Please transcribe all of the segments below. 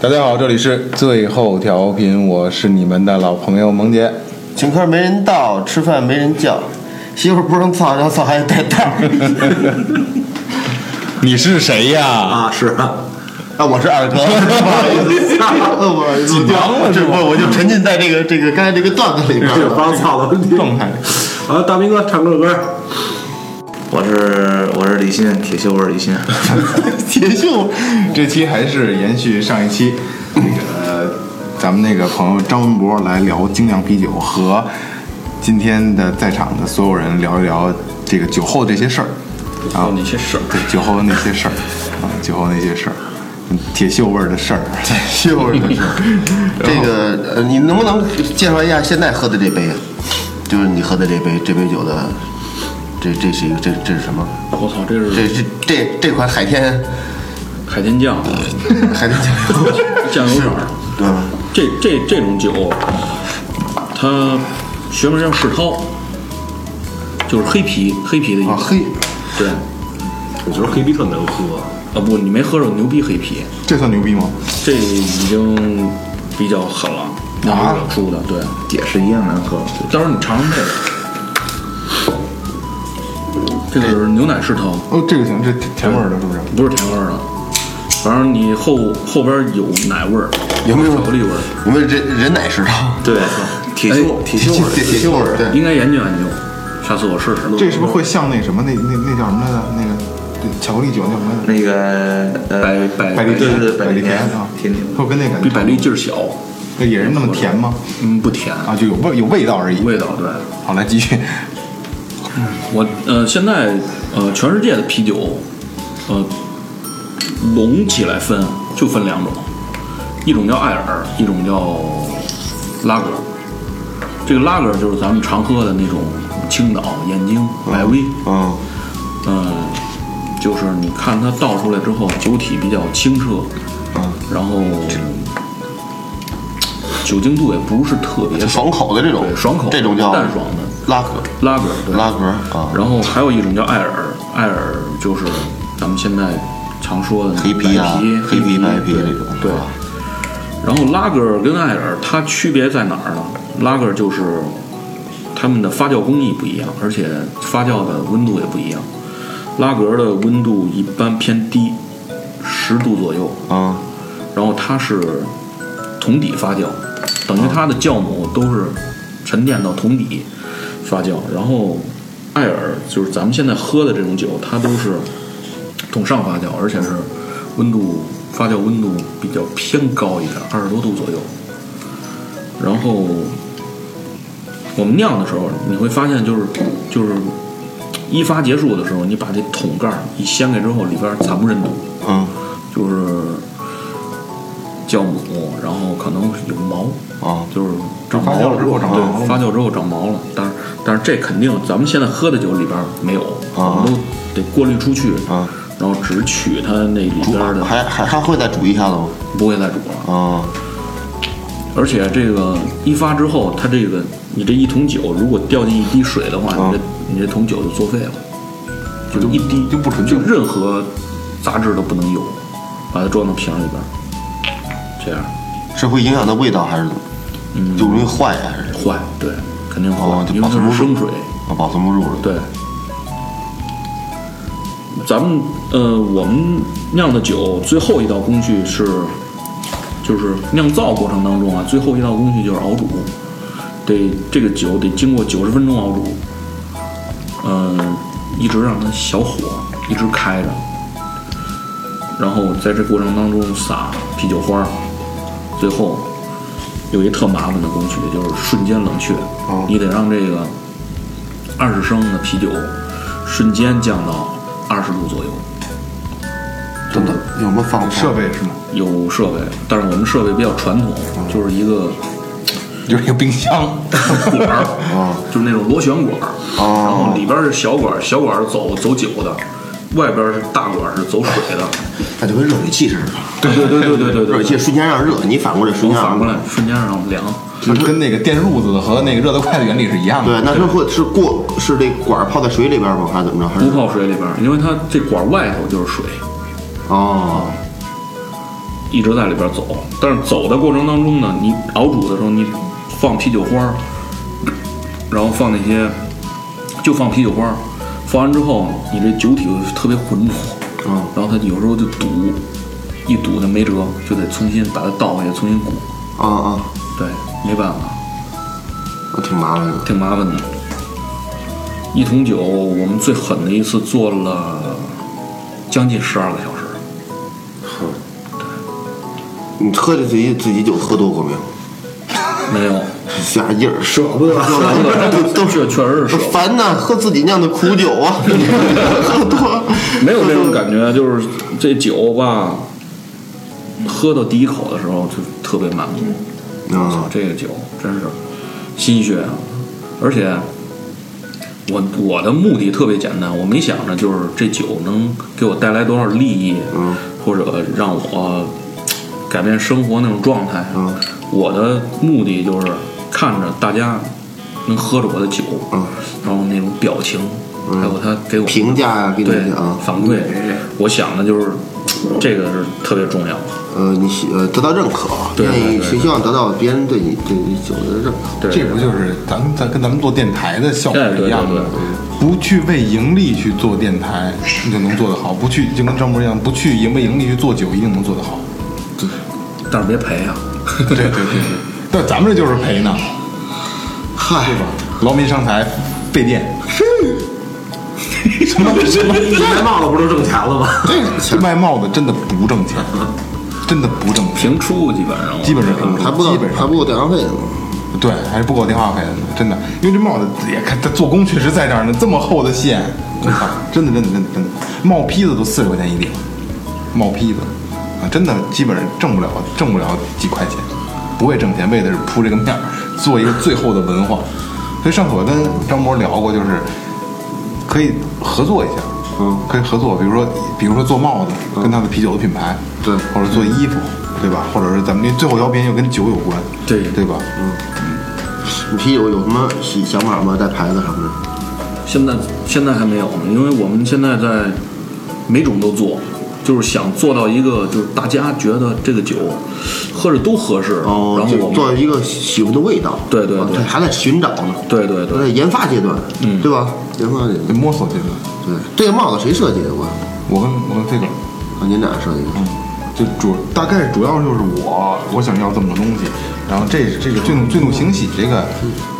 大家好，这里是最后调频，我是你们的老朋友萌姐。请客没人到，吃饭没人叫，媳妇儿不能操，要操还得带道儿你是谁呀？啊，是啊， 啊！我是二哥，不好意思，不好意思，紧张了是这吗不，我就沉浸在这个这个刚才这个段子里边这了。帮操的问 题。状态啊，大明哥唱个歌，我是我是李欣，铁锈，我是李欣。 铁锈，这期还是延续上一期，那个呃咱们那个朋友张文博来聊精酿啤酒，和今天的在场的所有人聊一聊这个酒后这些事儿啊，那些事儿。对酒后的那些事儿啊，酒后那些事儿，嗯铁锈味儿的事 儿，媳妇儿的事儿，这个呃你能不能介绍一下现在喝的这杯啊？就是你喝的这杯这杯酒的，这这是一个这这是什么？我操，这是这这这这款海天海天酱，海天酱油，酱油色儿。对吧？这这这种酒，它学名叫世涛，就是黑啤，黑啤的意思。啊黑，对，我觉得黑啤特难喝，啊不，你没喝着牛逼黑啤，这算牛逼吗？这已经比较狠了，那啊是少数的。对，也是一样难喝。到时候你尝尝这个。这个是牛奶世涛，哦，这个行，这甜味儿的是不是？不是甜味儿的，反正你后后边有奶味儿，有没有巧克力味儿？有没有人人奶知道？对，哎铁锈，铁锈味儿。铁锈味儿，对。应该研究研究，下次我试试。这是不是会像那什么那那那叫什么来着？那个对巧克力酒叫什么来着？那个哎呃，百百利对甜对对，百利利甜甜啊，甜甜。会跟那感比觉百利劲儿小，那也是那么甜吗？嗯，不甜，啊，就有味有味道而已。味道对。好，来继续。我呃，现在呃，全世界的啤酒，呃，拢起来分就分两种，一种叫艾尔，一种叫拉格。这个拉格就是咱们常喝的那种青岛、燕京、百威，嗯，嗯，就是你看它倒出来之后，酒体比较清澈，嗯然后酒精度也不是特别就高爽口的这种对，爽口这种叫淡爽的拉格，拉格，对拉格啊，然后还有一种叫艾尔，艾尔就是咱们现在常说的那黑个啤啊白啤、黑啤啤、白啤对这种对啊。然后拉格跟艾尔它区别在哪儿呢？拉格就是他们的发酵工艺不一样，而且发酵的温度也不一样。拉格的温度一般偏低，十度左右。嗯，然后它是桶底发酵，等于它的酵母都是沉淀到桶底发酵。然后艾尔就是咱们现在喝的这种酒，它都是桶上发酵，而且是温度发酵温度比较偏高一点，二十多度左右。然后我们酿的时候，你会发现就是就是一发结束的时候，你把这桶盖儿一掀开之后，里边儿惨不忍睹。嗯，就是酵母，然后可能有毛啊，就是长发毛酵了之后长毛了对，发酵之后长毛了。但是但是这肯定咱们现在喝的酒里边没有，啊我们都得过滤出去，啊然后只取它那里煮边的，还还还会再煮一下子吗？不会再煮了。啊，而且这个一发之后，它这个你这一桶酒如果掉进一滴水的话，啊你这你这桶酒就作废了，就一滴啊就不纯净就任何杂质都不能有，把它装到瓶里边儿，这样。是会影响它味道还是怎么？嗯就容易坏啊呀，还是坏，对，肯定坏，哦就因为保它存不是住生水，啊保存不住了？对。咱们呃，我们酿的酒最后一道工序是，就是酿造过程当中啊，最后一道工序就是熬煮，得这个酒得经过九十分钟熬煮，嗯、一直让它小火一直开着，然后在这过程当中撒啤酒花儿，最后有一特麻烦的工序，就是瞬间冷却，你得让这个二十升的啤酒瞬间降到二十度左右。真的有什么方法？设备是吗？有设备，但是我们设备比较传统，就是一 个就是一个冰箱。管儿，就是那种螺旋管儿，然后里边儿是小管儿，小管儿是走走酒的，外边儿是大管儿是走水的。那就跟热水器似的，对对对对对对啊热水对，器瞬间让热，你反过来瞬我间让反过热来瞬间让凉。就是跟那个电褥子和那个热得快的原理是一样的。对，那是会是过是这管儿泡在水里边吗？还是怎么着？还不是泡水里边儿，因为它这管儿外头就是水，哦，一直在里边走。但是走的过程当中呢，你熬煮的时候，你放啤酒花儿，然后放那些，就放啤酒花儿，放完之后，你这酒体会特别浑浊，嗯然后它有时候就堵，一堵它没辙，就得重新把它倒回去，重新鼓，啊啊，对，没办法。我挺麻烦的。挺麻烦的。一桶酒，我们最狠的一次做了将近十二个小时，你喝这自己自己酒喝多过没 有？没 有，下瘾儿，舍 不得都这确实是舍不烦呐，喝自己酿的苦酒啊， 喝多得，没有这种感觉，就是这酒吧，喝到第一口的时候就特别满足。啊，这个酒真是心血啊！而且我我的目的特别简单，我没想着就是这酒能给我带来多少利益，嗯或者让我嘖改变生活那种状态。啊嗯我的目的就是看着大家能喝着我的酒，嗯然后那种表情，还有他给我评价啊，给你对嗯啊，反馈，我想的就是嘖这个是特别重要的。呃，你喜呃得到认可，对对愿意对谁希望得到别人对你对你酒的认可？对这不就是咱们咱跟咱们做电台的效果对对一样对吗？不去为盈利去做电台，你就能做得好；不去就跟张博一样，不去盈为盈利去做酒，一定能做得好。但是别赔啊！ 对对对对，但咱们这就是赔呢，嗨，劳民伤财，费电。什么什么？你卖帽子不都挣钱了吗？这卖帽子真的不挣钱，真的不挣钱，评出基本上基本上平还不基够本还上不够电话费呢。对，还不够电话费的呢，真的。因为这帽子也看，它做工确实在这儿呢，这么厚的线，真的真的真的真的，帽坯子都四十块钱一顶，帽坯子啊，真的基本上挣不了挣不了几块钱，不会挣钱，为的是铺这个面儿，做一个最后的文化。所以上次我跟张博聊过，就是可以合作一下，嗯，可以合作，比如说比如说做帽子，跟他的啤酒的品牌，对或者做衣服，对吧？或者是咱们这最后调频又跟酒有关，对对吧？你啤酒有什么喜想法吗？带牌子什么的？现在现在还没有呢，因为我们现在在每种都做，就是想做到一个就是大家觉得这个酒喝着都合适，哦然，后我就们做一个喜欢的味道。对对啊对这还在寻找呢，对对对在研发阶段，嗯对吧？研发阶得段，摸索阶段。对，这个帽子谁设计的？我我跟我跟飞哥，啊，您俩设计的。就主大概主要就是我我想要这么个东西，然后这这个醉怒醉怒行喜这个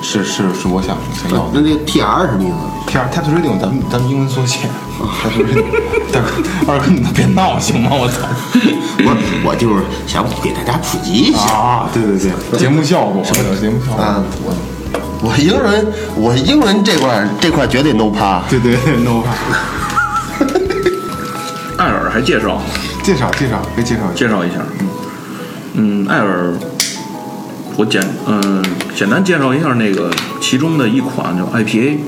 是是是我想想要的。哦那这个 T R 什么意思？ T R t a t u r a d i o 咱们咱们英文缩写 t a t u r a d i o 大哥二哥你别闹行吗？我操！我我就是想给大家普及一下。啊，对对对，节目效果，节目效果啊，我我英文我英文这块儿这块儿绝对 no 趴。对对对，no 吧。艾尔还介绍介绍介绍，给介绍一下。介绍一下，嗯，艾尔，我简嗯、简单介绍一下那个其中的一款叫 IPA，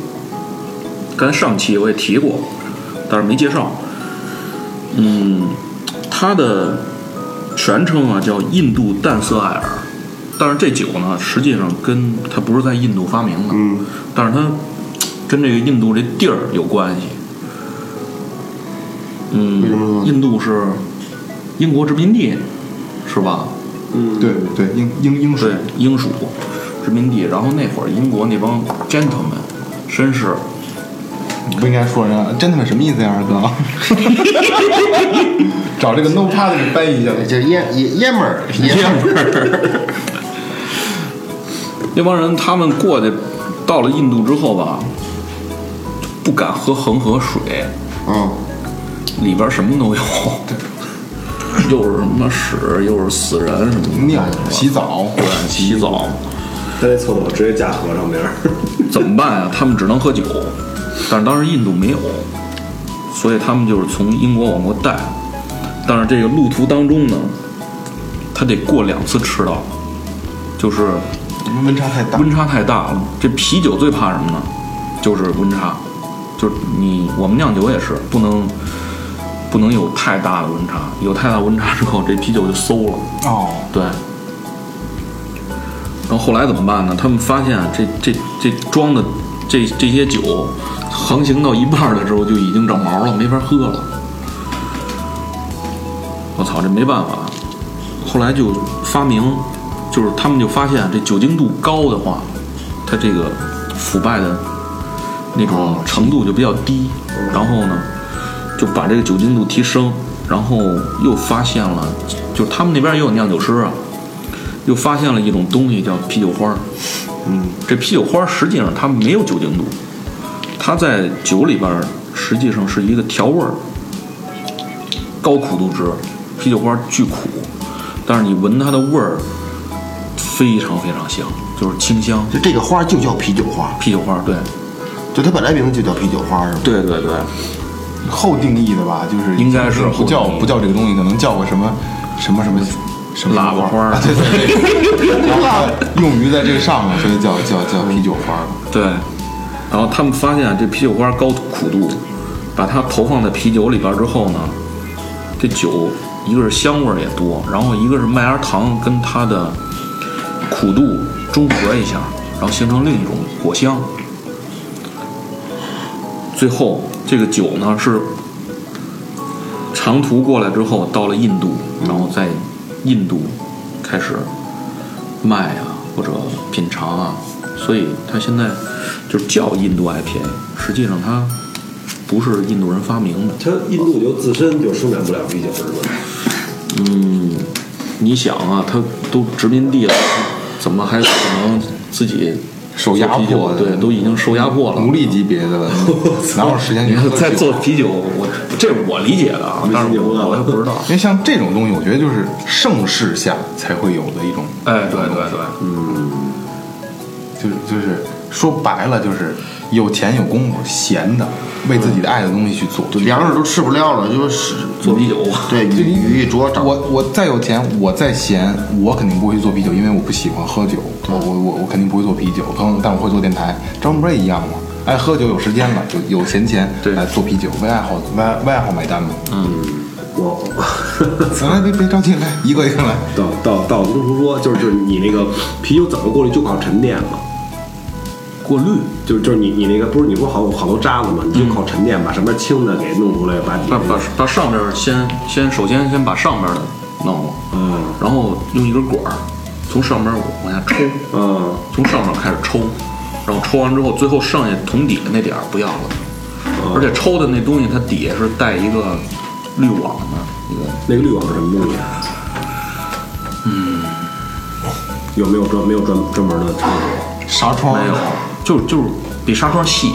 刚才上期我也提过，但是没介绍，嗯，它的全称啊叫印度淡色艾尔，但是这酒呢，实际上跟它不是在印度发明的，嗯，但是它嘖跟这个印度这地儿有关系。为什么呢嗯，印度是英国殖民地，是吧？对对，英英英对式，英属殖民地。然后那会儿英国那帮 gentlemen 绅士，你不应该说人家 gentleman 什么意思呀，二哥？找这个 no pass 给翻译一下。这爷爷爷们儿，爷们儿，那帮人他们过去到了印度之后吧，不敢喝恒河水，嗯，里边什么都有， 又是什么屎，又是死人什么的尿、洗澡，对，洗澡 他那厕所直接加河上边 儿，怎么办啊呀？他们只能喝酒，但是当时印度没有，所以他们就是从英国往过带，但是这个路途当中呢，他得过两次赤道，就是温差太大。温差太大了。这啤酒最怕什么呢？就是温差，就是你我们酿酒也是不能不能有太大的温差，有太大温差之后，这啤酒就馊了。哦，对。然后后来怎么办呢？他们发现啊这这这装的这这些酒，航行到一半儿的时候就已经长毛了，没法喝了。我操，这没办法。后来就发明，就是他们就发现啊这酒精度高的话，它这个腐败的那种程度就比较低，然后呢，就把这个酒精度提升，然后又发现了，就他们那边也有酿酒师啊，又发现了一种东西叫啤酒花儿。嗯，这啤酒花儿实际上它没有酒精度，它在酒里边儿实际上是一个调味儿，高苦度值，啤酒花巨苦，但是你闻它的味儿非常非常香，就是清香。就这个花就叫啤酒花，啤酒花，对，就它本来名字就叫啤酒花是吗？对对对，后定义的吧，就是应该是不叫后定义不叫这个东西，可能叫个什么什么什么什么喇叭花啊对对对，然后它用于在这上面，所以叫叫叫啤酒花。对。然后他们发现这啤酒花高苦度，把它投放在啤酒里边之后呢，这酒一个是香味儿也多，然后一个是麦芽糖跟它的苦度中和一下，然后形成另一种果香。最后这个酒呢是长途过来之后到了印度，然后在印度开始卖啊或者品尝啊，所以它现在就是叫印度 IPA，实际上它不是印度人发明的。它印度就自身就生产不了啤酒是吗？你想啊，他都殖民地了，怎么还可能自己受压迫 做啤酒对，都已经受压迫了。奴隶级别的了，哪有时间去你看喝在酒啊做啤酒，我这是我理解的啊，但是我我也不知道。因为像这种东西，我觉得就是盛世下才会有的一种，哎，对对对，就是就是说白了就是有钱有功夫，闲的为自己的爱的东西去做。就粮食都吃不了了，就是做啤酒，对就鱼你鱼一啄长。我我再有钱，我再闲，我肯定不会去做啤酒，因为我不喜欢喝酒。我我我我肯定不会做啤酒，可能但我会做电台。张博也一样嘛，爱喝酒，有时间了，有有闲钱，对来做啤酒，为爱好为爱为爱好买单嘛。 我来别别着急，来一个一个来。到到到跟叔说，就是就是你那个啤酒怎么过滤就靠沉淀嘛，嗯过滤，就就是你你那个不是你不是好好多渣子嘛，你就靠沉淀把上面轻的给弄出来，把底把下把把上边儿先先首先先把上边儿的弄了，嗯然后用一根管儿从上边儿往下抽，嗯从上面开始抽，然后抽完之后，最后剩下桶底下那点儿不要了，而且抽的那东西它底下是带一个滤网的，一个那个滤网是什么东西？啊嗯，有没有专没有专专门的称呼？纱窗没有，就就是比纱窗细，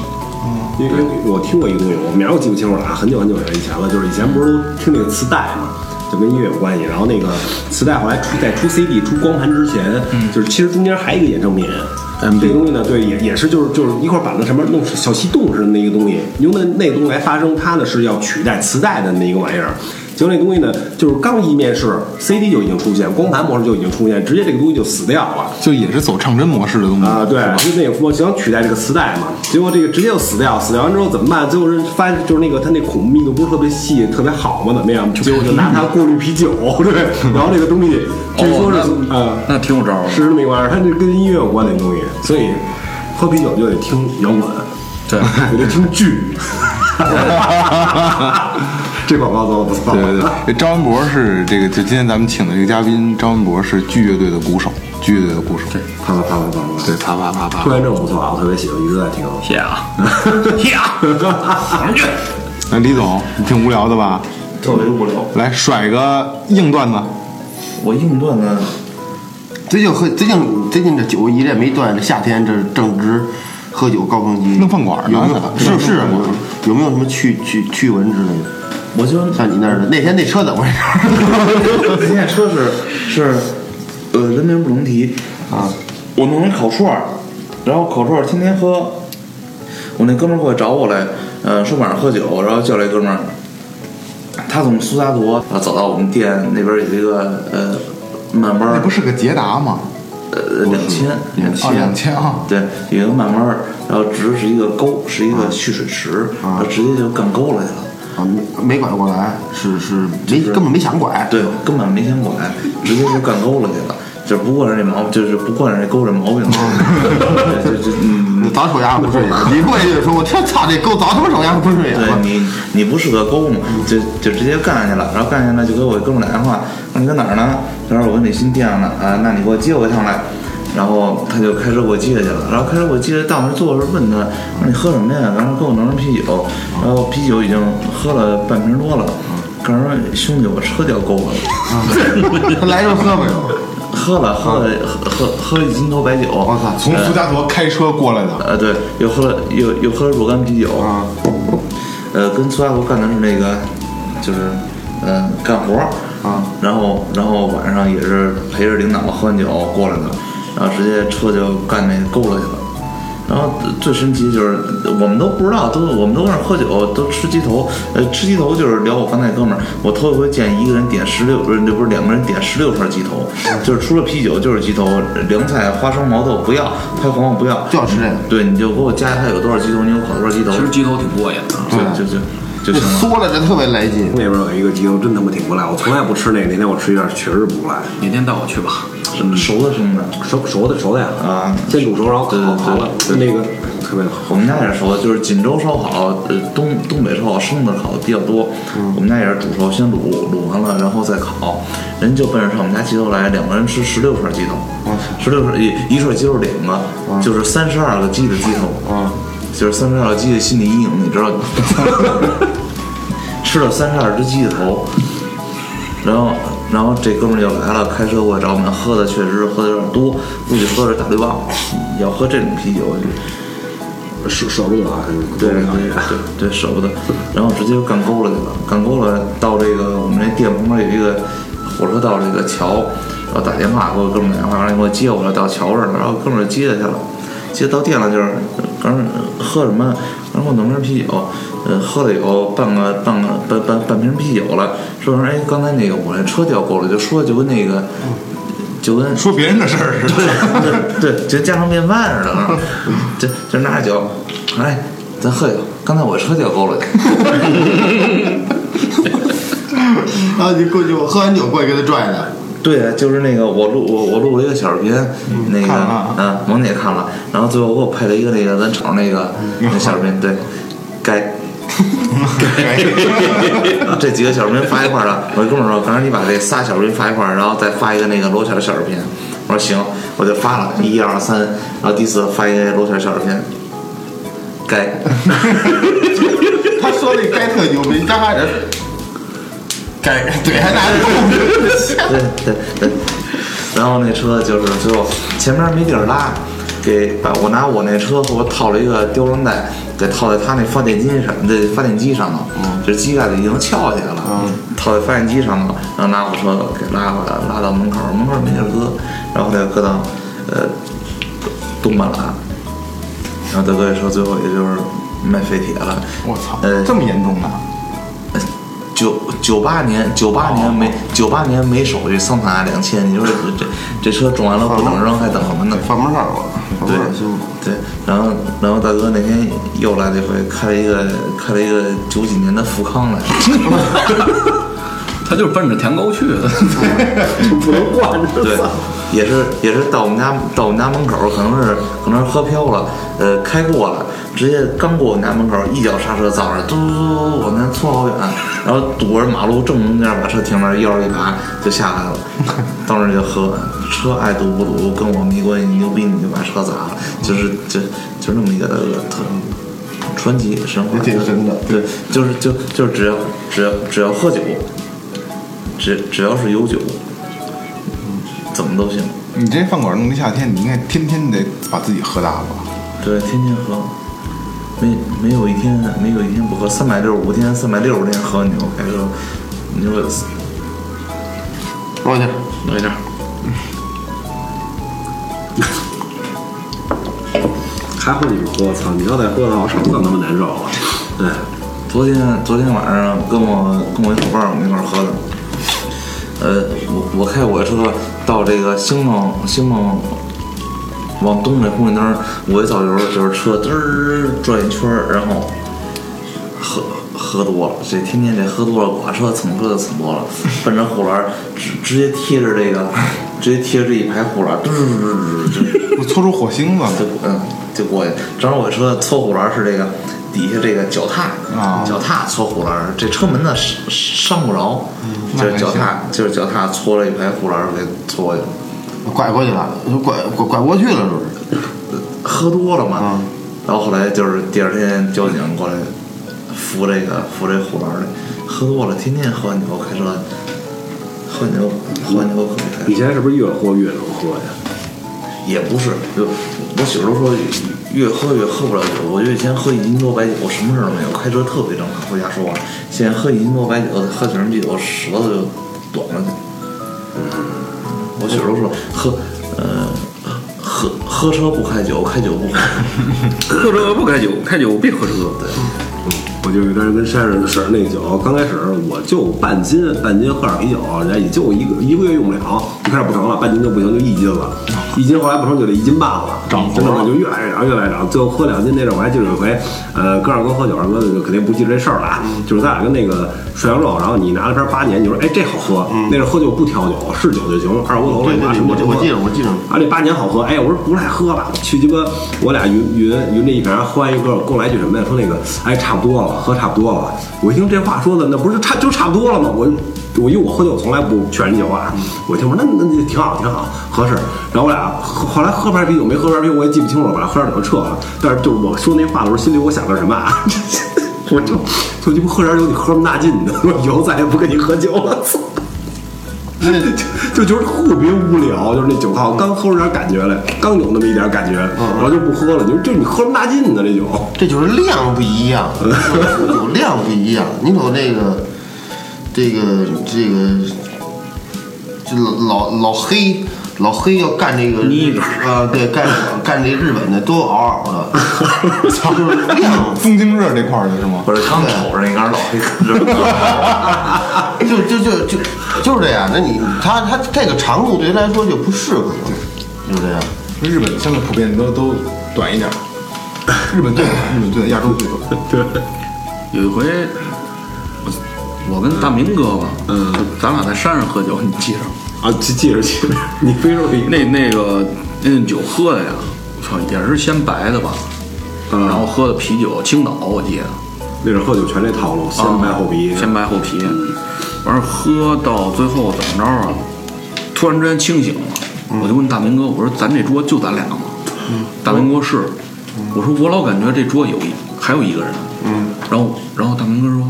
因为因为我听过一个东西，我名儿我记不清楚了啊，很久很久以前了，就是以前不是都听那个磁带嘛。就跟音乐有关系，然后那个磁带后来出在出 CD、出光盘之前，就是其实中间还有一个衍生品，这个东西呢，对，也也是就是就是一块板子上面弄小气洞似的那个东西，用那那个东西来发声，它呢是要取代磁带的那个玩意儿。结果那东西呢，就是刚一面世，CD 就已经出现，光盘模式就已经出现，直接这个东西就死掉了。就也是走唱针模式的 东西啊，对，就那个我想取代这个磁带嘛，结果这个直接就死掉，死掉完之后怎么办？最后是发现就是那个它那孔密度不是特别细，特别好嘛，怎么样？结果就拿它过滤啤酒， 对，然后这个东西据说是哦那呃那挺有招儿的。是这么一个玩意儿，它就跟音乐有关的东西，所以喝啤酒就得听摇滚，对，也得听剧。 这广告做的不错，对 对对，张文博是这个，就今天咱们请的这个嘉宾，张文博是巨乐队的鼓手，巨乐队的鼓手。啪啪啪啪啪啪，对，啪啪啪啪拖。延症不错啊，我特别喜欢，一直在听。谢啊，谢啊，上去。那李总，你挺无聊的吧？特别无聊。来甩个硬段子，我硬段呢，最近喝最近最近这酒一点没断，这夏天这正值喝酒高峰期，弄饭馆儿呢有没有是是有有没有什么驱驱驱蚊之类的？我 就像你那儿的那天那车怎么回事？今天车是是，呃，人名不能提啊。我弄了烤串儿，然后烤串儿天天喝。我那哥们儿过来找我来，呃，说晚上喝酒，然后叫来哥们儿，他从苏萨罗啊走到我们店那边儿有一个呃慢慢那儿哎不是个捷达吗？呃两千两啊，两千 啊，对，有一个慢慢儿，然后直是一个沟，是一个蓄水池，然后直接就干沟里了。啊， 没没拐过来，是是没根本没想拐。对，根本没想管，直接就干沟了去了。就是不惯人这毛，就是不惯人这勾这毛病。对就就嗯，你早瞅牙不顺眼， 你过去就说，我天操，这狗早他妈瞅牙不啊顺眼对了。你，你不适合勾嘛，就就直接干下去了。然后干下来就给我哥们儿打电话，说你在哪儿呢？他说我跟你新店呢，啊，那你给我接我一趟来。然后他就开车给我接去了，然后开车给我接到那儿坐的时候问他，我说你喝什么呀？然后给我弄瓶啤酒，然后啤酒已经喝了半瓶多了。告诉说兄弟，我车掉沟了， 他来时候喝没有？喝了喝了喝喝喝一斤多白酒，我操！从福加陀开车过来的，呃，对，又喝了又又喝了若干啤酒啊，呃，跟苏亚国干的是那个，就是嗯、呃干活儿啊，然后然后晚上也是陪着领导喝完酒过来的，然后直接车就干那个勾了去了。然后最神奇就是，我们都不知道，都我们都跟那儿喝酒，都吃鸡头。呃，吃鸡头就是聊我刚才哥们儿，我头一回见一个人点十六，不是不是两个人点十六串鸡头，就是除了啤酒就是鸡头，凉菜、花生、毛豆不要，拍黄瓜不要，就要吃这个对，你就给我加它有多少鸡头，你有烤多少鸡头，其实鸡头挺过瘾的。就就就就这行缩了。了，这特别来劲。那边有一个鸡头真他妈挺不赖，我从来不吃那个，那天我吃一下确实不赖，哪天带我去吧？熟的生的，熟熟的熟的呀，啊先煮熟然后烤对对对好了，那个特别好。我们家也是熟的，就是锦州烧烤，呃，东东北烧烤生的烤的比较多。我们家也是煮熟，先卤，卤完了然后再烤。人就奔着上我们家鸡头来，两个人吃十六串鸡头，十六串一一串鸡肉两个，就是三十二个鸡的鸡头，就是三十二个鸡的心理阴影，你知道吗？ 吃了三十二只鸡的头，然后然后这哥们儿就来了，开车过来找我们，喝的确实喝的有点多，估计喝的是大绿棒，要喝这种啤酒。舍舍不得啊，对对啊，对，舍不得。然后直接就干沟了去了，干沟了到这个我们这店旁边有一个火车道这个桥，然后打电话给我哥们儿打电话，让你给我接我了，到桥这儿了，然后哥们儿接下去了，接到店了就是，刚喝什么，然后弄瓶啤酒。呃，喝了有半个半个半半半瓶啤酒了，说说哎，刚才那个我这车掉沟了，就说就跟那个，就跟说别人的事儿似的。对对，就家常便饭似的，啊这这拿着酒，哎，咱喝酒。刚才我车掉沟了，然后啊你过去，我喝完酒过去给他拽的。 对，啊就是那个我录我我录了一个小视频，那个看了啊嗯，萌姐看了，然后最后给我配了一个那个咱瞅那个嗯那小视频，对，该。 这几个小视频发一块儿了，我就跟我说，刚才你把这仨小视频发一块儿，然后再发一个那个罗圈小视频。我说行，我就发了，一二三，然后第四发一个罗圈小视频，该。他说那该特牛逼，张翰人该对还拿着 对对对。然后那车就是最后前面没地儿拉，给把我拿我那车后边套了一个吊装带，给套在他那发电机上，这发电机上头，嗯这机盖子已经翘起来了，套在发电机上头，然后拿我车给拉过来，拉到门口，门口没地儿搁，然后再搁到呃东半拉，然后德哥这车最后也就是卖废铁了。 我操呃，，这么严重的？九九八年，九八年没九八年没手续，桑塔纳两千，你说这这这车种完了不等扔还等什么呢？犯不上我，犯不对上修。嗯对，然后然后大哥那天又来了一回，开了一个开了一个九几年的富康来，他就是奔着舔狗去的。 不能惯着。对，也是也是到我们家到我们家门口，可能是可能是喝飘了，呃，开过了，直接刚过我们家门口，一脚刹车，早上嘟嘟嘟往前冲好远，然后堵着马路正中间，把车停那儿，腰一拔就下来 了，到那儿就喝，车爱堵不堵跟我没关系，牛逼你就把车砸了，就是就就那么一个大哥特。传奇神话，挺神的对，就是就就是只要只要只要喝酒，只只要是有酒，怎么都行。你这饭馆弄一夏天，你应该天天得把自己喝大了吧？对，天天喝，没没有一天没有一天不喝，三百六十五天，三百六十天喝牛排哥，你说我去，来点儿，还喝你们喝，操！你要再喝的话，我手更他妈难受了。哎，昨天昨天晚上跟我跟我一伙伴儿我们一块儿喝的，呃，我我开我车到这个兴旺兴旺往东这红绿灯儿，我一造油就是车嘚儿转一圈儿，然后喝喝多了，这天天这喝多了，剐车蹭车就蹭多了，奔着后栏儿直直接贴着这个直接贴着这一排胡兰，嘟嘟嘟嘟嘟嘟，我搓出火星子了。就嗯就过去。正好我说的搓护栏是这个底下这个脚踏，啊脚踏搓护栏，这车门呢上上不着，就是脚踏就是脚踏搓了一排护栏给搓过去了。拐过去了，拐拐拐不过去了，是不是？喝多了嘛，啊然后后来就是第二天交警过来扶这个扶这护栏儿的，喝多了，天天喝完酒开车，喝完酒喝完酒开你车，现在是不是越喝越能喝呀？也不是，就我媳妇儿都说越喝越喝不了酒，我就以前喝一斤多白酒，什么事儿都没有，开车特别正常，回家说话。现在喝一斤多白酒，喝几瓶啤酒，舌头就短了。我媳妇儿都说喝，呃，喝喝车不开酒，开酒不喝。 喝车不开酒，开酒别喝车。我就有段时间跟山上的事儿，那酒刚开始我就半斤半斤喝点啤酒，人家也就一个一个月用不了，一开始不成了，半斤就不行，就一斤了，哦一斤后来不成就得一斤半了，涨真的我就越来越涨，越来越涨，最后喝两斤那阵儿我还记得有一回，呃，跟二哥喝酒，二哥就肯定不记得这事儿了啊，嗯就是咱俩跟那个涮羊肉，然后你拿了瓶八年，你说哎这好喝，那阵儿喝酒不挑酒，是酒就行，二锅头了嗯对对拿对，什么我都这我记喝着，我记着。啊，这八年好喝，哎，我说不赖喝了，去鸡巴，我俩云云云这一瓶，喝完一个，给我来句什么呀？说那个，哎，差不多了，喝差不多了。我一听这话说的，那不是差就差不多了吗？我我因为我喝酒从来不劝人酒啊，我一听我说那那挺好挺好合适。然后我俩喝后来喝瓶啤酒没喝瓶啤酒我也记不清楚了，反正喝点酒就撤了。但是就是我说那话的时候，心里我想的是什么啊？ 我就就鸡巴喝点酒，你喝什么大劲的？我以后再也不跟你喝酒了，操！ 就觉得特别无聊，就是那酒号刚喝出点感觉来，刚有那么一点感觉，然后就不喝了。你说这你喝什么大劲呢？这酒， 这就是量不一样，有量不一样。你瞅那个，这个这个，这老老黑老黑要干这个你日啊，对，干干这日本的都嗷嗷 的，操，就是量，风清热这块儿的是吗？不是刚瞅着那杆老黑哥， 就就就就就是这样。那你他他这个长度对他来说就不适合，就是这样。日本现在普遍都都短一点儿，日本最短，日本最短，亚洲最短。有一回，我我跟大明哥吧，嗯，咱俩在山上喝酒，你记着吗。啊，记记着记着，你非说一那那个那顿酒喝的呀，操，也是先白的吧，嗯然后喝的啤酒，青岛我记得，啊那阵喝酒全这套嗯路，先白后啤，先白后啤，完事儿喝到最后怎么着啊？突然之间清醒了，嗯我就问大明哥，我说咱这桌就咱俩吗？大明哥是，嗯我说我老感觉这桌有一还有一个人，嗯，然后然后大明哥说，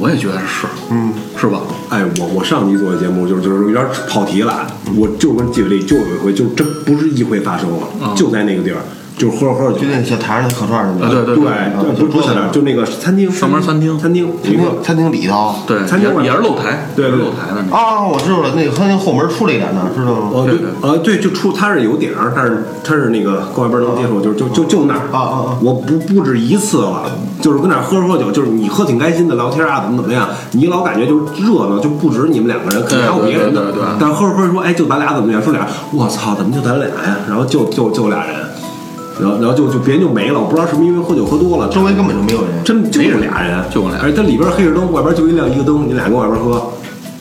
我也觉得是，嗯，是吧？哎，我我上期做的节目就是就是有点跑题了，我就跟记得这就有一回，就真不是一回发生了，就在那个地儿，嗯就是喝着喝着就酒，那小台上那烤串儿啊，那对个，对对，对不是不是小嗯点，就那个餐厅，上班餐厅餐厅，餐厅餐厅里头。对，餐厅也外也是露台，对也是对露台的那个，啊，我知道了，那个餐厅后门出来一点呢，知道吗？哦，对，呃，对，就出它是有顶儿，但是它是那个跟外边能接触，就是就就就那儿啊啊啊我不不止一次了，就是跟那儿喝着喝酒，就是你喝挺开心的，聊天啊，怎么怎么样，你老感觉就是热闹，就不止你们两个人，肯定还有别人的对对对对。但是喝着喝着说，哎，就咱俩怎么样？说俩，我操，怎么就咱俩呀？然后就就就俩人，然后然后就就别人就没了，我不知道是不是因为喝酒喝多了，周围根本就没有人。真就俩人，就我俩而且它里边黑着灯，外边就一亮一个灯，你俩跟外边喝，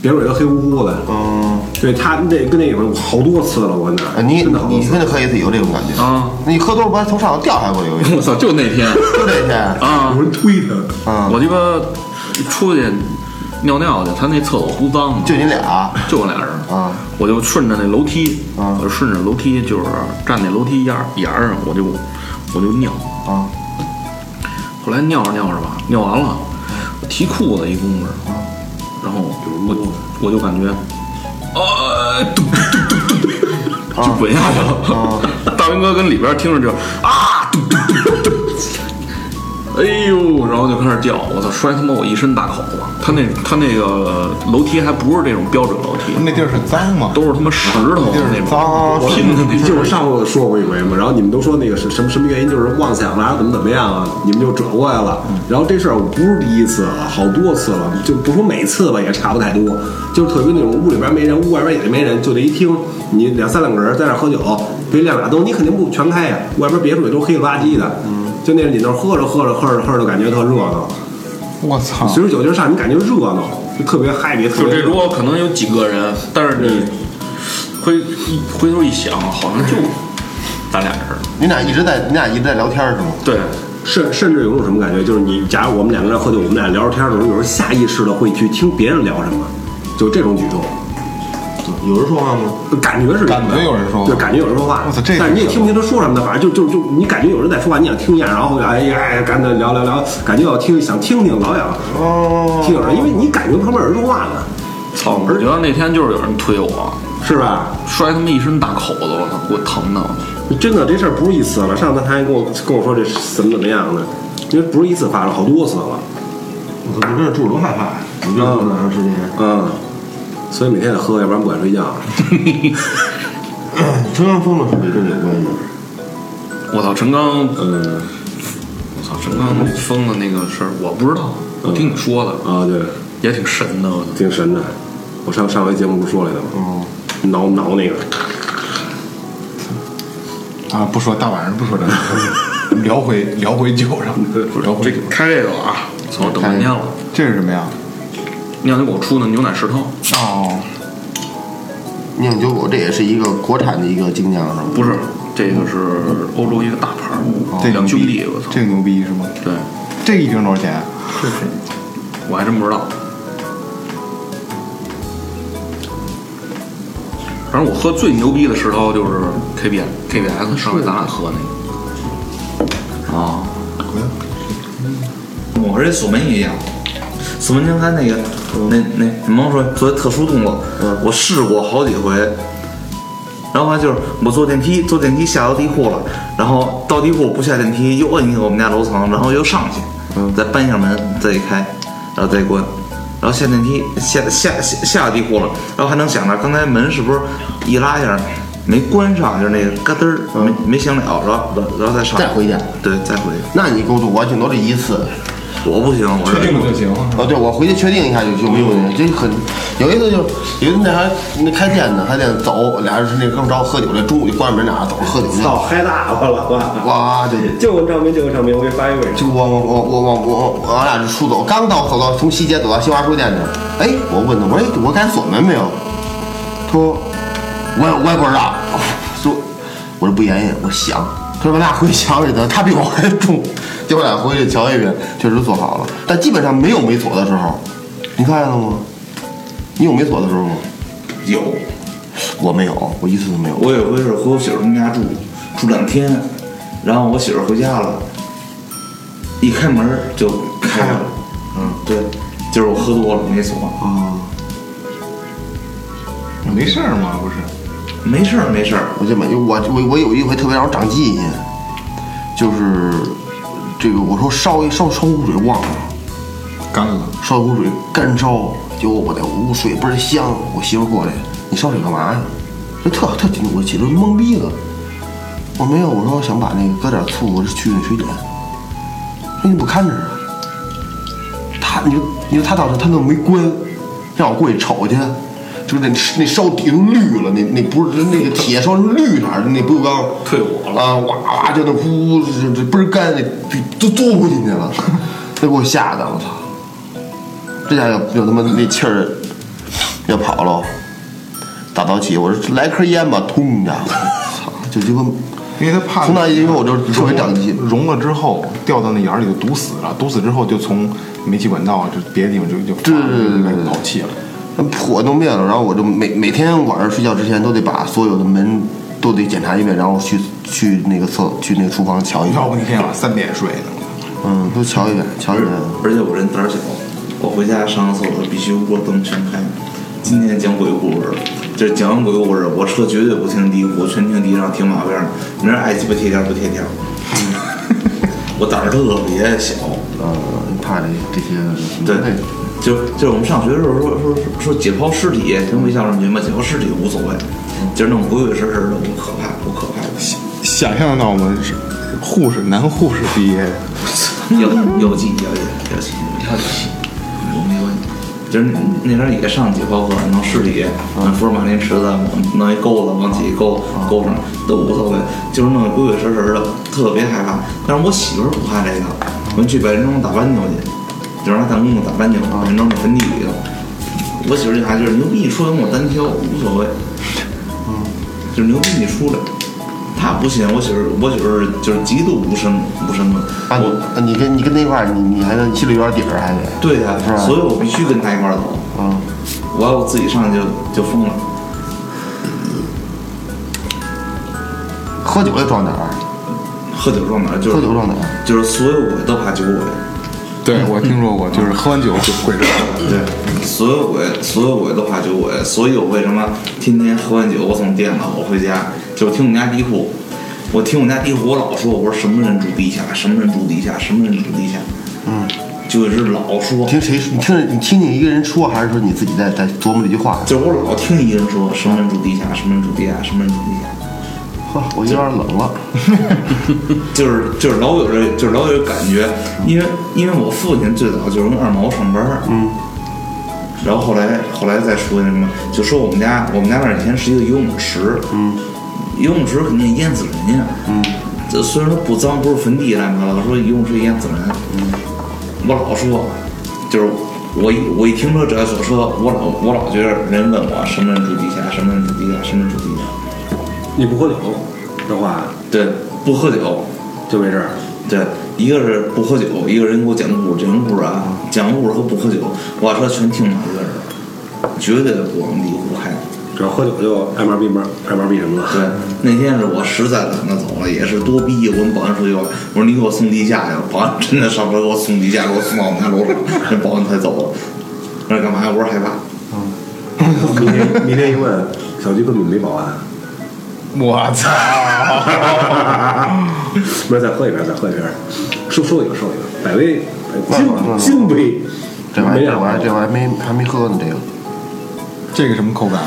别人以为黑乎乎的。嗯，对他那跟那会儿好多次了，我那啊儿你真的好多你次真的喝一次有这种感觉啊？ 你喝多了不还从上头掉下来过有一次？我操，就那 天就这天，啊，有人推他，啊，我鸡巴出去尿尿去，他那厕所不脏嘛，就你俩，就我俩人啊，我就顺着那楼梯，啊我就顺着楼梯就是站那楼梯沿儿沿儿上，我就我就尿，啊，后来尿着尿着吧，尿完了，我提裤子一公分，啊然后我我就感觉，啊，嘟嘟嘟嘟嘟，就滚下去了。大明哥跟里边听着就啊，嘟嘟嘟嘟，哎呦，然后就开始叫，我操，摔他妈我一身大口子。他那他那个楼梯还不是这种标准楼梯，那地儿很脏吗？都是他妈石头地儿那种，脏，哦拼的那就种。是上回说过一回嘛，然后你们都说那个什什么什么原因，就是妄想啦，怎么怎么样啊，你们就折过来了。然后这事儿我不是第一次了，好多次了，就不说每次吧，也差不太多，就是特别那种屋里边没人，屋外边也没人，就这一厅，你两三两个人在那儿喝酒，别亮俩灯，你肯定不全开呀，外边别处也都黑了吧唧的，就那你那儿喝着喝着喝着喝着就感觉特热哦闹，我操！随着酒劲儿上，你感觉热闹，就特别嗨，别特就别这热闹桌可能有几个人，但是你回一回头一想，好像就咱俩人儿。你俩一直在，你俩一直在聊天是吗？对，甚甚至有种什么感觉，就是你假如我们两个人喝酒，我们俩聊着天的时候，有时候下意识的会去听别人聊什么，就这种举动。有人说话吗？感觉是感觉有人说话对，感觉有人说话。我操这但是你也听不清他说什么的，反正就就就你感觉有人在说话，你想听一下，然后哎呀哎呀，赶紧聊聊聊，感觉要听想听听，老想哦听有人，因为你感觉旁边有人说话呢，操！我觉得那天就是有人推我，是吧？摔他妈一身大口子，我操，给我疼的。我真的这事儿不是一次了，上次他还跟我跟我说这怎么怎么样呢，因为不是一次发生，好多次了，我操，你这住多害怕呀！你这住多长时间？嗯，所以每天得喝，要不然不敢睡觉。中央风的是不是跟你有关系？我操，陈刚，嗯我操，陈刚疯的那个事儿，我不知道，我听你说的，啊，对，也挺神的。我操，挺神的。我上上回节目不说来的吗？哦，挠挠那个，啊，不说大晚上不说这 个，聊回聊回酒上，聊回这酒。开这个啊，操，等半天了。这是什么呀？酿酒狗出的牛奶石头，哦，酿酒狗这也是一个国产的一个精酿是吗？不是，这个是欧洲一个大牌儿，这个哦两牛兄逼弟，我操这，个牛逼是吗？对，这一瓶多少钱？我还真不知道。反正我喝最牛逼的石头就是 K B K B S，上回咱俩喝那个。啊，我和这锁门也一样，锁门前开那个，嗯那那你甭说做特殊动作，我试过好几回。然后还就是我坐电梯，坐电梯下到地库了，然后到地库不下电梯，又摁一个我们家楼层，然后又上去，嗯再搬一下门，再一开，然后再关，然后下电梯下下下下地库了，然后还能想着刚才门是不是一拉下没关上，就是那个嘎噔儿没没响了，然后然后然后再上，嗯再回去，对，再回去，那你够多，我顶多是一次。我不行，我是了就行。哦，对，我回去确定一下就就没有问题。这很有一次就有一次那还那开店呢，开店走，俩人是那刚找我喝酒，那中午就关着门俩人走着喝酒去，操，嗨大发了，哇！哇就见过唱没见过唱没，我给发一位。就我我我我我我我俺俩就出走，刚到走到从西街走到新华书店那儿，哎，我问他，我说哎，我该锁门没有？他说我也我也不知道，说我这不言语，我想，他说咱俩回去瞧去得，他比我还重，结果俩回去瞧一遍，确实锁好了，但基本上没有没锁的时候，你看见了吗？你有没锁的时候吗？有。我没有，我一次都没有。我有回是和我媳妇儿他们家住，住两天，然后我媳妇儿回家了，一开门儿就开了，啊嗯，对，就是我喝多了没锁，没事儿吗？不是，没事儿没事儿，我就没我我我有一回特别让我长记性，就是这个我说烧一烧烧壶水忘了，干了。烧壶水干烧，结果我在屋水倍儿香，我媳妇过来，你烧水干嘛呀？这特特紧，我媳妇懵逼了。我没有，我说我想把那个搁点醋，我是去那水碱。说你不看着啊？他，你就你说他当时他那没关，让我过去瞅去，就是那那烧底都绿了，那那不是那个铁烧成绿色儿的那不锈钢退火了啊，哇哇就那呜呜这这倍儿干，那都都不进去了， 那给我吓的，我操！这下要要他妈那气儿要跑了，打早起我说来颗烟吧，通家伙， 操，就鸡巴。因为他怕从那以后我就特别长记性融了之后掉到那眼儿里就堵死了，堵死之后就从煤气管道就别的地方就就对对对对对跑气了。那火都灭了，然后我就每每天晚上睡觉之前都得把所有的门都得检查一遍，然后去去那个厕去那个厨房瞧一要瞧不，你天晚上三点睡呢？嗯，都瞧一遍，瞧一遍。而且我人胆儿小，我回家上个厕所必须屋灯全开。今天讲鬼故事，就是讲完鬼故事，我车绝对不停地库，全停地上，停马边上。明儿爱鸡巴贴条不贴条，嗯 我胆儿特别小。呃，怕这这些对，就就是我们上学的时候说说说解剖尸体，听过一相声节目，解剖尸体无所谓，就是那种鬼鬼神神的，我可怕，我可怕。想象到我们是护士男护士毕业，有有记有有有记有记，我没关系。就是那边也上解剖课，弄尸体，弄福尔马林池子，弄一钩子往起一勾，勾上都无所谓，就是弄得鬼鬼神神的，特别害怕。但是我媳妇儿不怕这个，我们去百灵庄打斑鸠去，就是拿弹弓打斑鸠，百灵庄那坟地里头。我媳妇儿就还就是牛逼，说跟我单挑无所谓，就是牛逼你出来。他不信，我媳妇儿，我媳妇儿就是极度无神无神论。啊，我你你跟你跟那块儿，你你还能心里有点底儿，还得对呀、是吧所以我必须跟他一块儿走。嗯，我要我自己上去就就疯了。喝酒也撞点儿，啊喝酒撞哪儿就是喝酒撞点儿，啊就是所有鬼都怕酒鬼，对我听说过，就是喝完酒就会 对，所有鬼所有鬼都怕酒鬼，所以我为什么天天喝完酒我从电脑我回家就听我们家地库，我听我们家地库我老说我说什么人住地下，什么人住地下，什么人住地下，嗯，就一直老说你，听谁？你听着你听听一个人说，还是说你自己在在琢磨这句话？就是我老听一个人说什么人住地下，什么人住地下，什么人住地下。呵，我有点冷了。就是就是老有这就是老有这感觉，因为因为我父亲最早就是跟二毛上班，嗯，然后后来后来再说那什么，就说我们家我们家那儿以前是一个游泳池，嗯，游泳池肯定淹死人呀，嗯，这虽然说不脏不是坟地乱七八糟，说游泳池淹死人，嗯，我老说，就是我一我一停车只要小车，我老我老觉得人问我什么人住地下，什么人住地下，什么人住地下，你不喝酒的话对，不喝酒，就没事儿。对，一个是不喝酒，一个人给我讲故事，讲故事啊，讲故事和不喝酒，我把车全听他一个人，绝对不往里胡开。只要喝酒就爱玩儿逼玩儿爱玩儿逼什么 了。对，那天是我实在懒得走了，也是多逼，我跟保安说句话，我说你给我送地下去，保安真的上车给我送地下，给我送到我们家楼上， 那保安才走了。那干嘛呀？我说害怕。明天明天一问，小区根本没保安。我操！不是，再喝一瓶，再喝一瓶，收收一个，收一个，百威，金金杯，这玩意没儿，这啊两玩意儿，个，这玩意儿没还没喝呢，这个。 这个什么口感？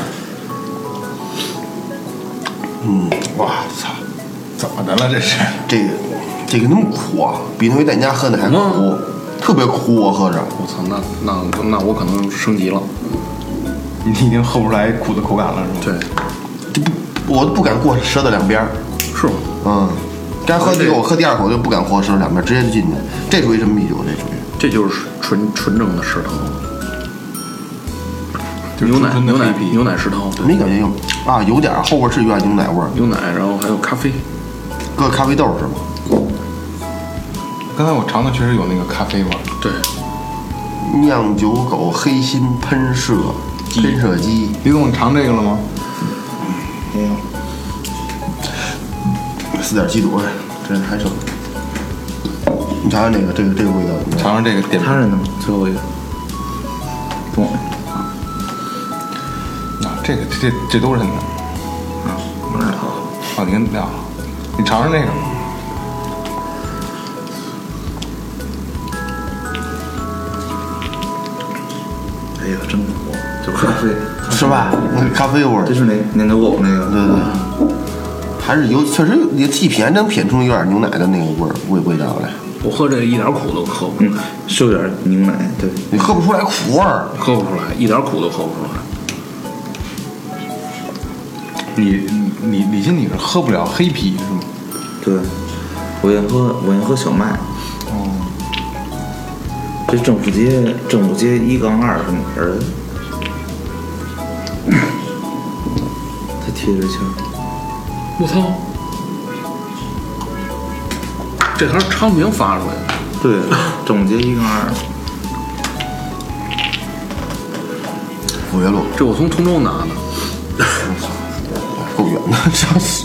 嗯，哇操，怎么的了？这是这个这个那么苦啊，比那回在你家喝的还苦，特别苦，我喝着。我操，那那那我可能升级了。你已经喝不出来苦的口感了，是吗？对，就不，我都不敢过舌头两边儿。是吗？嗯，该喝这个，我喝第二口就不敢过舌头两边儿，直接就进去。这属于什么啤酒？这属于这就是纯纯正的石头，就是牛奶纯纯的牛奶黑啤牛奶石头，对，没感觉有啊，有点儿后边儿是有点牛奶味儿，牛奶，然后还有咖啡，搁咖啡豆是吗？刚才我尝的确实有那个咖啡味儿。对，酿酒狗黑心喷射喷射机，李总，你尝这个了吗？没有，四点七度，哎这还剩。你尝尝这个，这个这个味道怎么样？尝尝这个点评他是呢，最后一个。懂。啊，这个这这这都是他的。我哪套？哦，你跟亮，你尝尝这个。哎呀，真苦，就咖啡，是吧？那个咖啡味儿这，是那那牛狗那个。对对，还是有，确实有，你细品还能品出有点牛奶的那个味儿味味道来，我喝这一点苦都喝不出嗯来，，是有点牛奶，对。你喝不出来苦味儿。喝不出来，一点苦都喝不出来。你你你心里是喝不了黑啤是吗？对，我愿喝，我愿喝小麦。哦，这政府街，政府街一杠二是 哪儿的？他贴着签儿，我操，这还是昌平发出来的， 对，政府街一杠二。五月路这我从通州拿的，够远的，真是。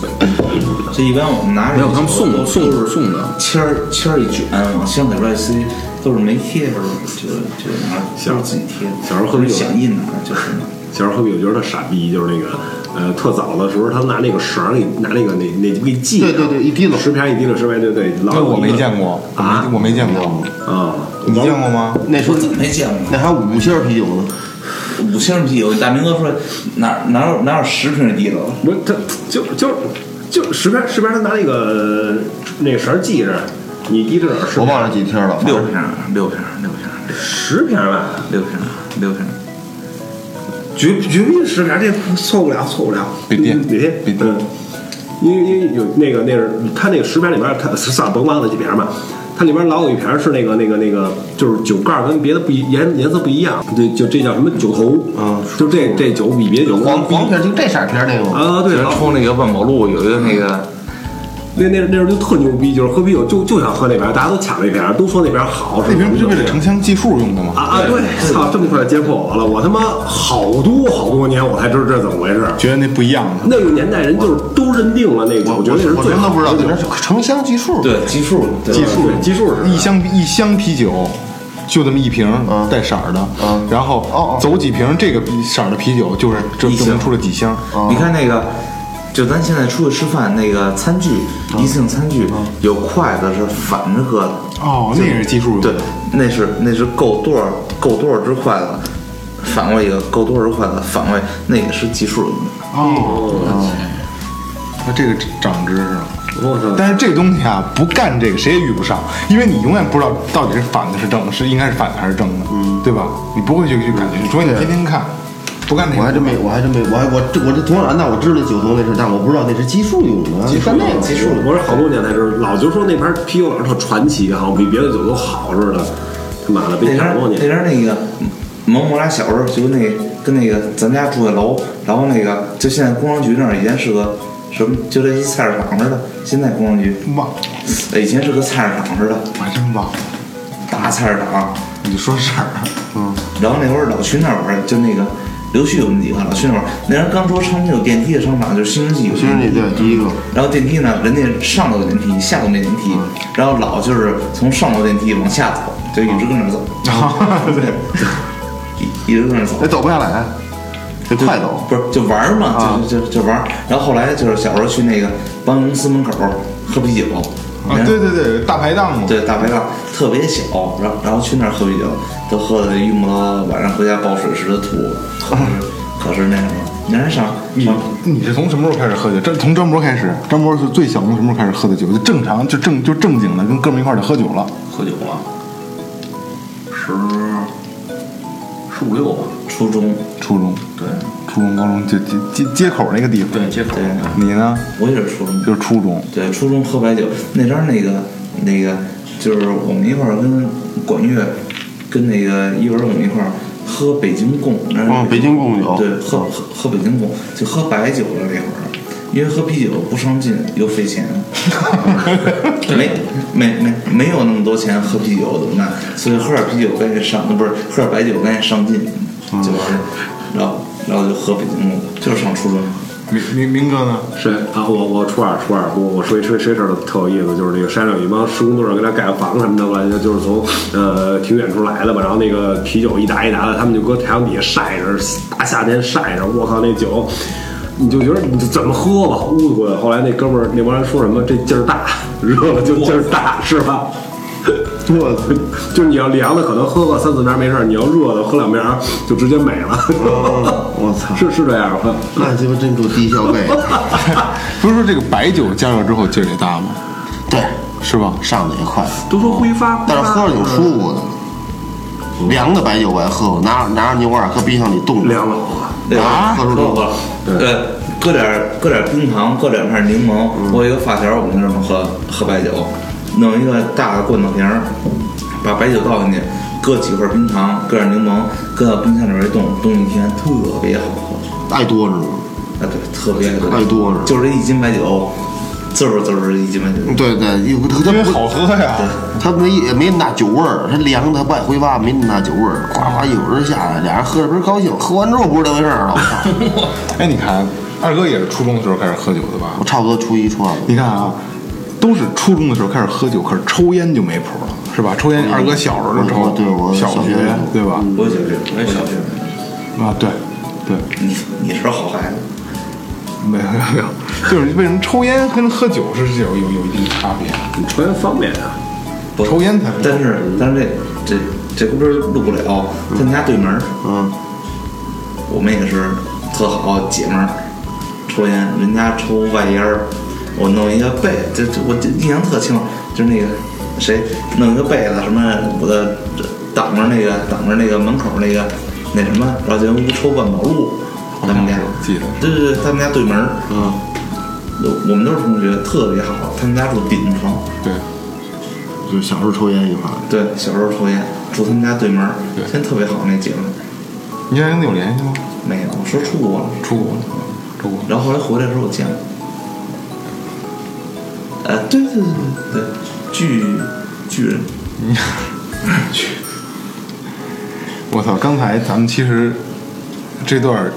这一般我们拿着没有他们酒送都送都是送的签儿签儿一卷，往箱子里边一塞，都是没贴着的，就就拿都是自己贴的。小时候喝啤酒想印哪儿就是哪儿。小时候喝啤酒觉得他傻逼，就是那个，呃，特早的时候他拿那个绳儿给拿那个那那给系上，对对对一滴漏十瓶一滴漏，十瓶对对，老呃那我没见过啊我没见过。啊，你见过吗？那时候我怎么没见过？ 那还五星啤酒呢，五星啤酒，大明哥说哪哪有哪有十瓶地了？不是他就就就十瓶十瓶，他拿那个那个绳儿系上，你滴着哪儿是我忘了几天了，反六正瓶，六瓶，六瓶，十瓶吧，六瓶，六瓶。绝绝逼十瓶，这错不了，错不了，别垫别垫，别垫嗯因为因为有那个那是他那个十瓶里边，他算了，甭忘了几瓶吧。他它里边老有一瓶是那个那个那个，就是酒盖儿跟别的不一颜颜色不一样，对，就这叫什么酒头啊？就这这酒比别的酒黄黄瓶儿就这色儿瓶儿那个，啊，对，之前老冲那个万宝路有一个那个，那那那时候就特牛逼，就是喝啤酒就就想喝那边，大家都抢那边，都说那边好。那瓶不是为了成成箱计数用的啊吗？啊！对，操，这么快揭破我了，我他妈好多好多年我才知道这怎么回事。觉得那不一样吗？那个年代人就是都认定了那个，我我觉得那是我最真好的不知道的里边是成箱计数，，对，计数，对计数对计数是一箱一箱啤酒，就这么一瓶儿带色儿的，然后哦走几瓶这个色儿的啤酒，就是这一箱证明出了几箱。你看那个，就咱现在出去吃饭那个餐具，一次性餐具有筷子是反着喝的，哦，那也是计数用对的。，那是那是够多少够多少只筷子，反过一个够多少只筷子，反过来那也是计数用的。哦，那这个长知识了。我操！但是这个东西啊，不干这个谁也遇不上，因为你永远不知道到底是反的是正的，是应该是反的还是正的，对吧？你不会去去感觉，除非你天天看，不干那个。我还真没，我还真没，我还我这我这从小到大我知道酒头那事，但我不知道那是计数用的，计数那个计数我是好多年才知道，老就说那边啤酒老是特传奇，好像比别的酒都好似的。他妈的，那被边抢儿多那年。边儿那个萌萌俩小时候就跟那跟那个咱们家住的楼，然后那个就现在工商局那儿以前是个什么，就类似菜市场似的，现在工商局，忘了，哎以前是个菜市场似的，我还真忘了。大菜市场。你说事儿，然后那会儿老去那儿玩儿，就那个刘旭有那几个老去那儿玩儿。那人刚说昌平有电梯的商场，就是新世纪有其实电你梯。对第一个，然后电梯呢，人家上楼有电梯，下楼没电梯。然后老就是从上楼电梯往下走，就一直跟那儿 走，对，一一直跟那儿走那。走不下来，得快走。不是就玩儿嘛，就就就就玩儿。然后后来就是小时候去那个搬公司门口儿喝啤酒，啊，对对对，大排档嘛，对，大排档特别小，然后然后去那儿喝啤酒，都喝的晕不拉的，晚上回家抱水池的吐，可是可是那什么，你还上你上你是从什么时候开始喝酒？这从张博开始，张博是最小从什么时候开始喝的酒？就正常，就正就正经的跟哥们儿一块儿就喝酒了。喝酒了，十十五六吧，初中，初中，对初中、高中就街街街口那个地方。对，接口对，你呢？我也是初中，就是初中。对初中喝白酒，那阵儿那个那个就是我们一块儿跟管乐跟那个一文儿我们一块儿喝北京贡，那是嗯，北京贡嗯酒，对，喝喝喝北京贡，就喝白酒了那会儿，因为喝啤酒不上劲又 费钱，没没没没有那么多钱喝啤酒怎么办？所以喝点啤酒赶紧上，不是喝点白酒赶紧上劲，嗯就是，然后然后就喝北京贡，就是上初中。明明明哥呢？是啊，我我初二初二，我我说一说说一事儿特有意思，就是那个山上有一帮施工队儿跟那盖房什么的吧，就就是从呃挺远处来的吧，然后那个啤酒一打一打的，他们就搁太阳底下晒着，大夏天晒着，我靠那酒，你就觉得你就怎么喝吧，呼噜的。后来那哥们儿那帮人说什么这劲儿大，热了就劲儿大是吧？我操！就是你要凉的，可能喝个三四瓶儿没事儿；你要热的，喝两瓶儿就直接没了。我操， 是是这样吗？那鸡巴真够低消费。 不是说这个白酒加热之后劲儿也大吗？对，是吧？上的也快，都说挥发，但是喝着挺舒服的。凉的白酒我也喝过，拿拿着牛二搁冰箱里冻着，凉了我。对啊喝喝，对，搁点儿搁点儿冰糖，搁两片柠檬。我有一个发小，我们那么喝喝白酒，弄一个大的罐头瓶儿，把白酒倒进去，搁几块冰糖，搁点柠檬，搁到冰箱里边一冻，冻一天，特别好喝。爱多着呢。啊，对，特别好喝太多了就是这一斤白酒，滋儿滋儿一斤白酒。对对，因为它它因为不好喝呀。它没也没那么大酒味儿，它凉的它不爱挥发，没那么大酒味儿，啊哗哗一会儿下来，俩人喝着倍儿高兴，喝完之后不是这回事儿了。我操哎，你看，二哥也是初中的时候开始喝酒的吧？我差不多初一初二吧， 你看啊，都是初中的时候开始喝酒，可是抽烟就没谱了，是吧？抽烟，二哥小时候就抽，我对我小小学学的时候对吧？我也小学，我也小学。啊，对，对，你你是好孩子，没有没有没有，就是为什么抽烟跟喝酒是是有有有一定差别？你抽烟方便啊？不抽烟才不但是但是这这这不是录不了，咱家对门儿。嗯，我们也是特好姐们儿，抽烟，人家抽外烟儿，我弄一个被，这这我印象特清，就是那个谁弄一个被子什么，我的挡着那个挡着那个门口那个那什么，然后就屋抽万宝路，他们家哦记得对对对，他们家对门儿，嗯，我们都是同学，特别好，他们家住顶层，对，就是小时候抽烟一块儿。对，小时候抽烟，住他们家对门儿，现在特别好那姐们儿你跟人有联系吗？没有，我说出国了，出国了，出国了。然后后来回来的时候我见过。呃，对对对对对，巨巨人，我操！刚才咱们其实这段儿，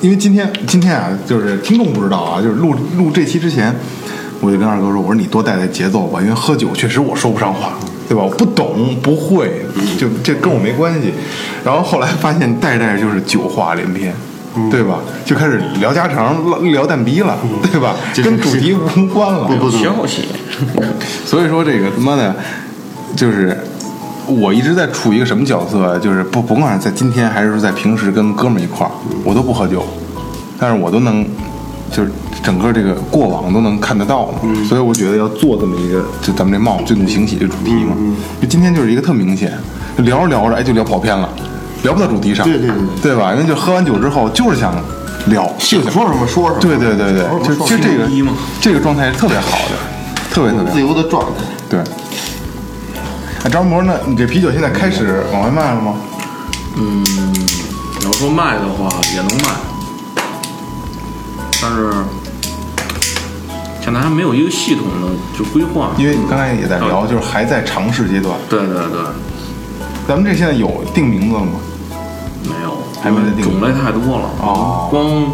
因为今天今天啊，就是听众不知道啊，就是录录这期之前，我就跟二哥说，我说你多带带节奏吧，因为喝酒确实我说不上话，对吧？我不懂，不会，就这跟我没关系。然后后来发现带着带着就是酒话连篇。对吧？就开始聊家常、聊聊蛋逼了，对吧？嗯这是跟主题无关了。不不不，消息， 所以说这个他妈的，就是我一直在处于一个什么角色啊，就是不甭管是在今天还是说在平时跟哥们儿一块儿，我都不喝酒，但是我都能就是整个这个过往都能看得到嘛，嗯所以我觉得要做这么一个就咱们这帽子最怒行起这主题嘛，嗯就今天就是一个特明显，就聊着聊着哎就聊跑偏了，聊不到主题上，对对对对吧？因为就喝完酒之后就是想聊，就想说什么说什么。对对对对，就就这个这个状态是特别好的，特别特别好自。由的状态。对。那张博呢？你这啤酒现在开始往外卖了吗？你要说卖的话也能卖，但是现在还没有一个系统的就规划。因为你刚才也在哦聊，就是还在尝试阶段。对对对，咱们这现在有定名字了吗？没有，还没得定种类太多了。哦光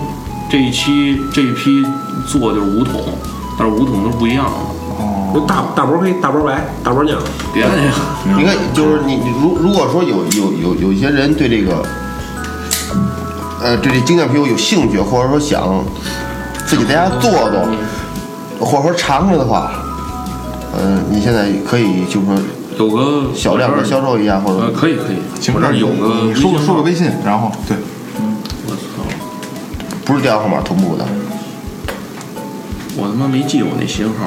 这一期这一批做就是五桶，但是五桶都是不一样的，就大大波黑、大波白、大波酱，别的呀。你看，就是你，你如如果说有有有有一些人对这个，呃，对这精酿啤酒有兴趣，或者说想自己在家做做，或者说尝尝的话，呃，你现在可以就是说有个小量的销售一下，或呃，者可以可以，行，我这儿有个你说个说微信个号微信，然后对，我操，不是电话号码同步的，我他妈没记我那型号，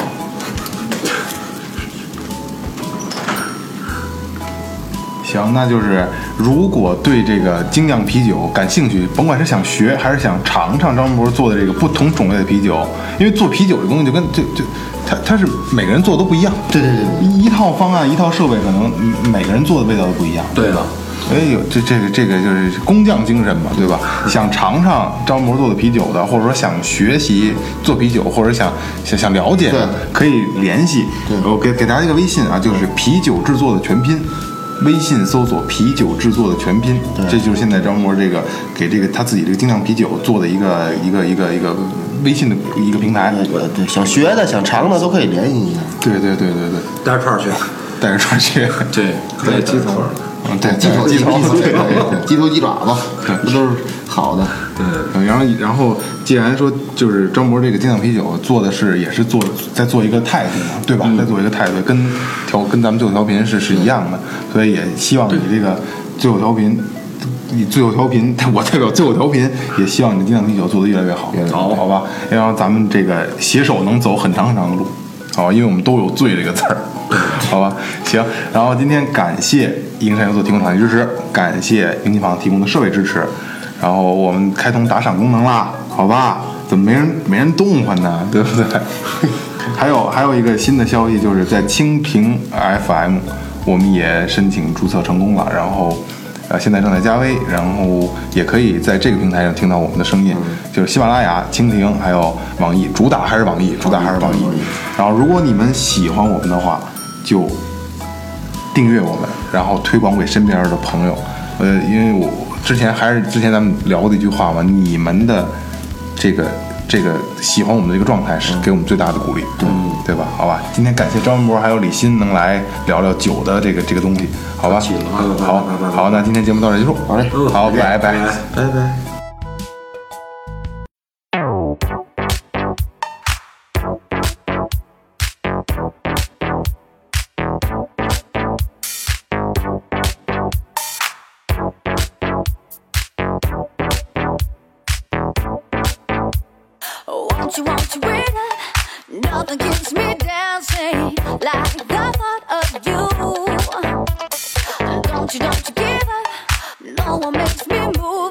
行，那就是如果对这个精酿啤酒感兴趣，甭管是想学还是想尝尝张博做的这个不同种类的啤酒，因为做啤酒这东西就跟就就它它是每个人做的都不一样，对对对对一一套方案一套设备可能嗯每个人做的味道都不一样。对啊的，哎呦，这这个这个就是工匠精神嘛，对吧？想尝尝张博做的啤酒的，或者说想学习做啤酒，或者想想想了解的，可以联系。我给给大家一个微信啊，就是啤酒制作的全拼。微信搜索“啤酒制作的全拼”，这就是现在张博这个给这个他自己这个精酿啤酒做的一个一个一个一个微信的一个平台。那个哎对想学的、想尝的都可以联系一下。对对对对对，带着串儿去，带着串去，对，可以鸡头。嗯，对，鸡头鸡鸡头头，对对对对鸡头鸡爪子，那都是好的。嗯，然后然后，既然说就是张博这个精酿啤酒做的是也是做在做一个态度嘛，对吧？在做一个态度，跟调跟咱们最后调频是是一样的，所以也希望你这个最后调频，你最后调频， 我代表最后调频，也希望你的精酿啤酒做得越来越好，好，好吧？然后咱们这个携手能走很长很长的路，好吧，因为我们都有“醉”这个字儿，好吧？行，然后今天感谢营山游做提供场地支持，感谢营地坊提供的设备支持。然后我们开通打赏功能啦，好吧？怎么没人没人动唤呢？对不对？还有还有一个新的消息，就是在蜻蜓 FM，我们也申请注册成功了，然后。呃，现在正在加微，然后也可以在这个平台上听到我们的声音，就是喜马拉雅、蜻蜓还有网易，主打还是网易，主打还是网易。然后，如果你们喜欢我们的话，就订阅我们，然后推广给身边的朋友。呃，因为我之前还是之前咱们聊的一句话嘛，你们的这个这个喜欢我们的这个状态是给我们最大的鼓励，嗯，对吧？好吧，今天感谢张文博还有李欣能来聊聊酒的这个这个东西，好吧？好好，那今天节目到这儿结束，好嘞，好，拜嗯拜。拜拜。 Won't you, won't you bring up? Nothing keeps me dancing like the thought of you. Don't you, don't you give up? No one makes me move. Uh, Oh, Oh,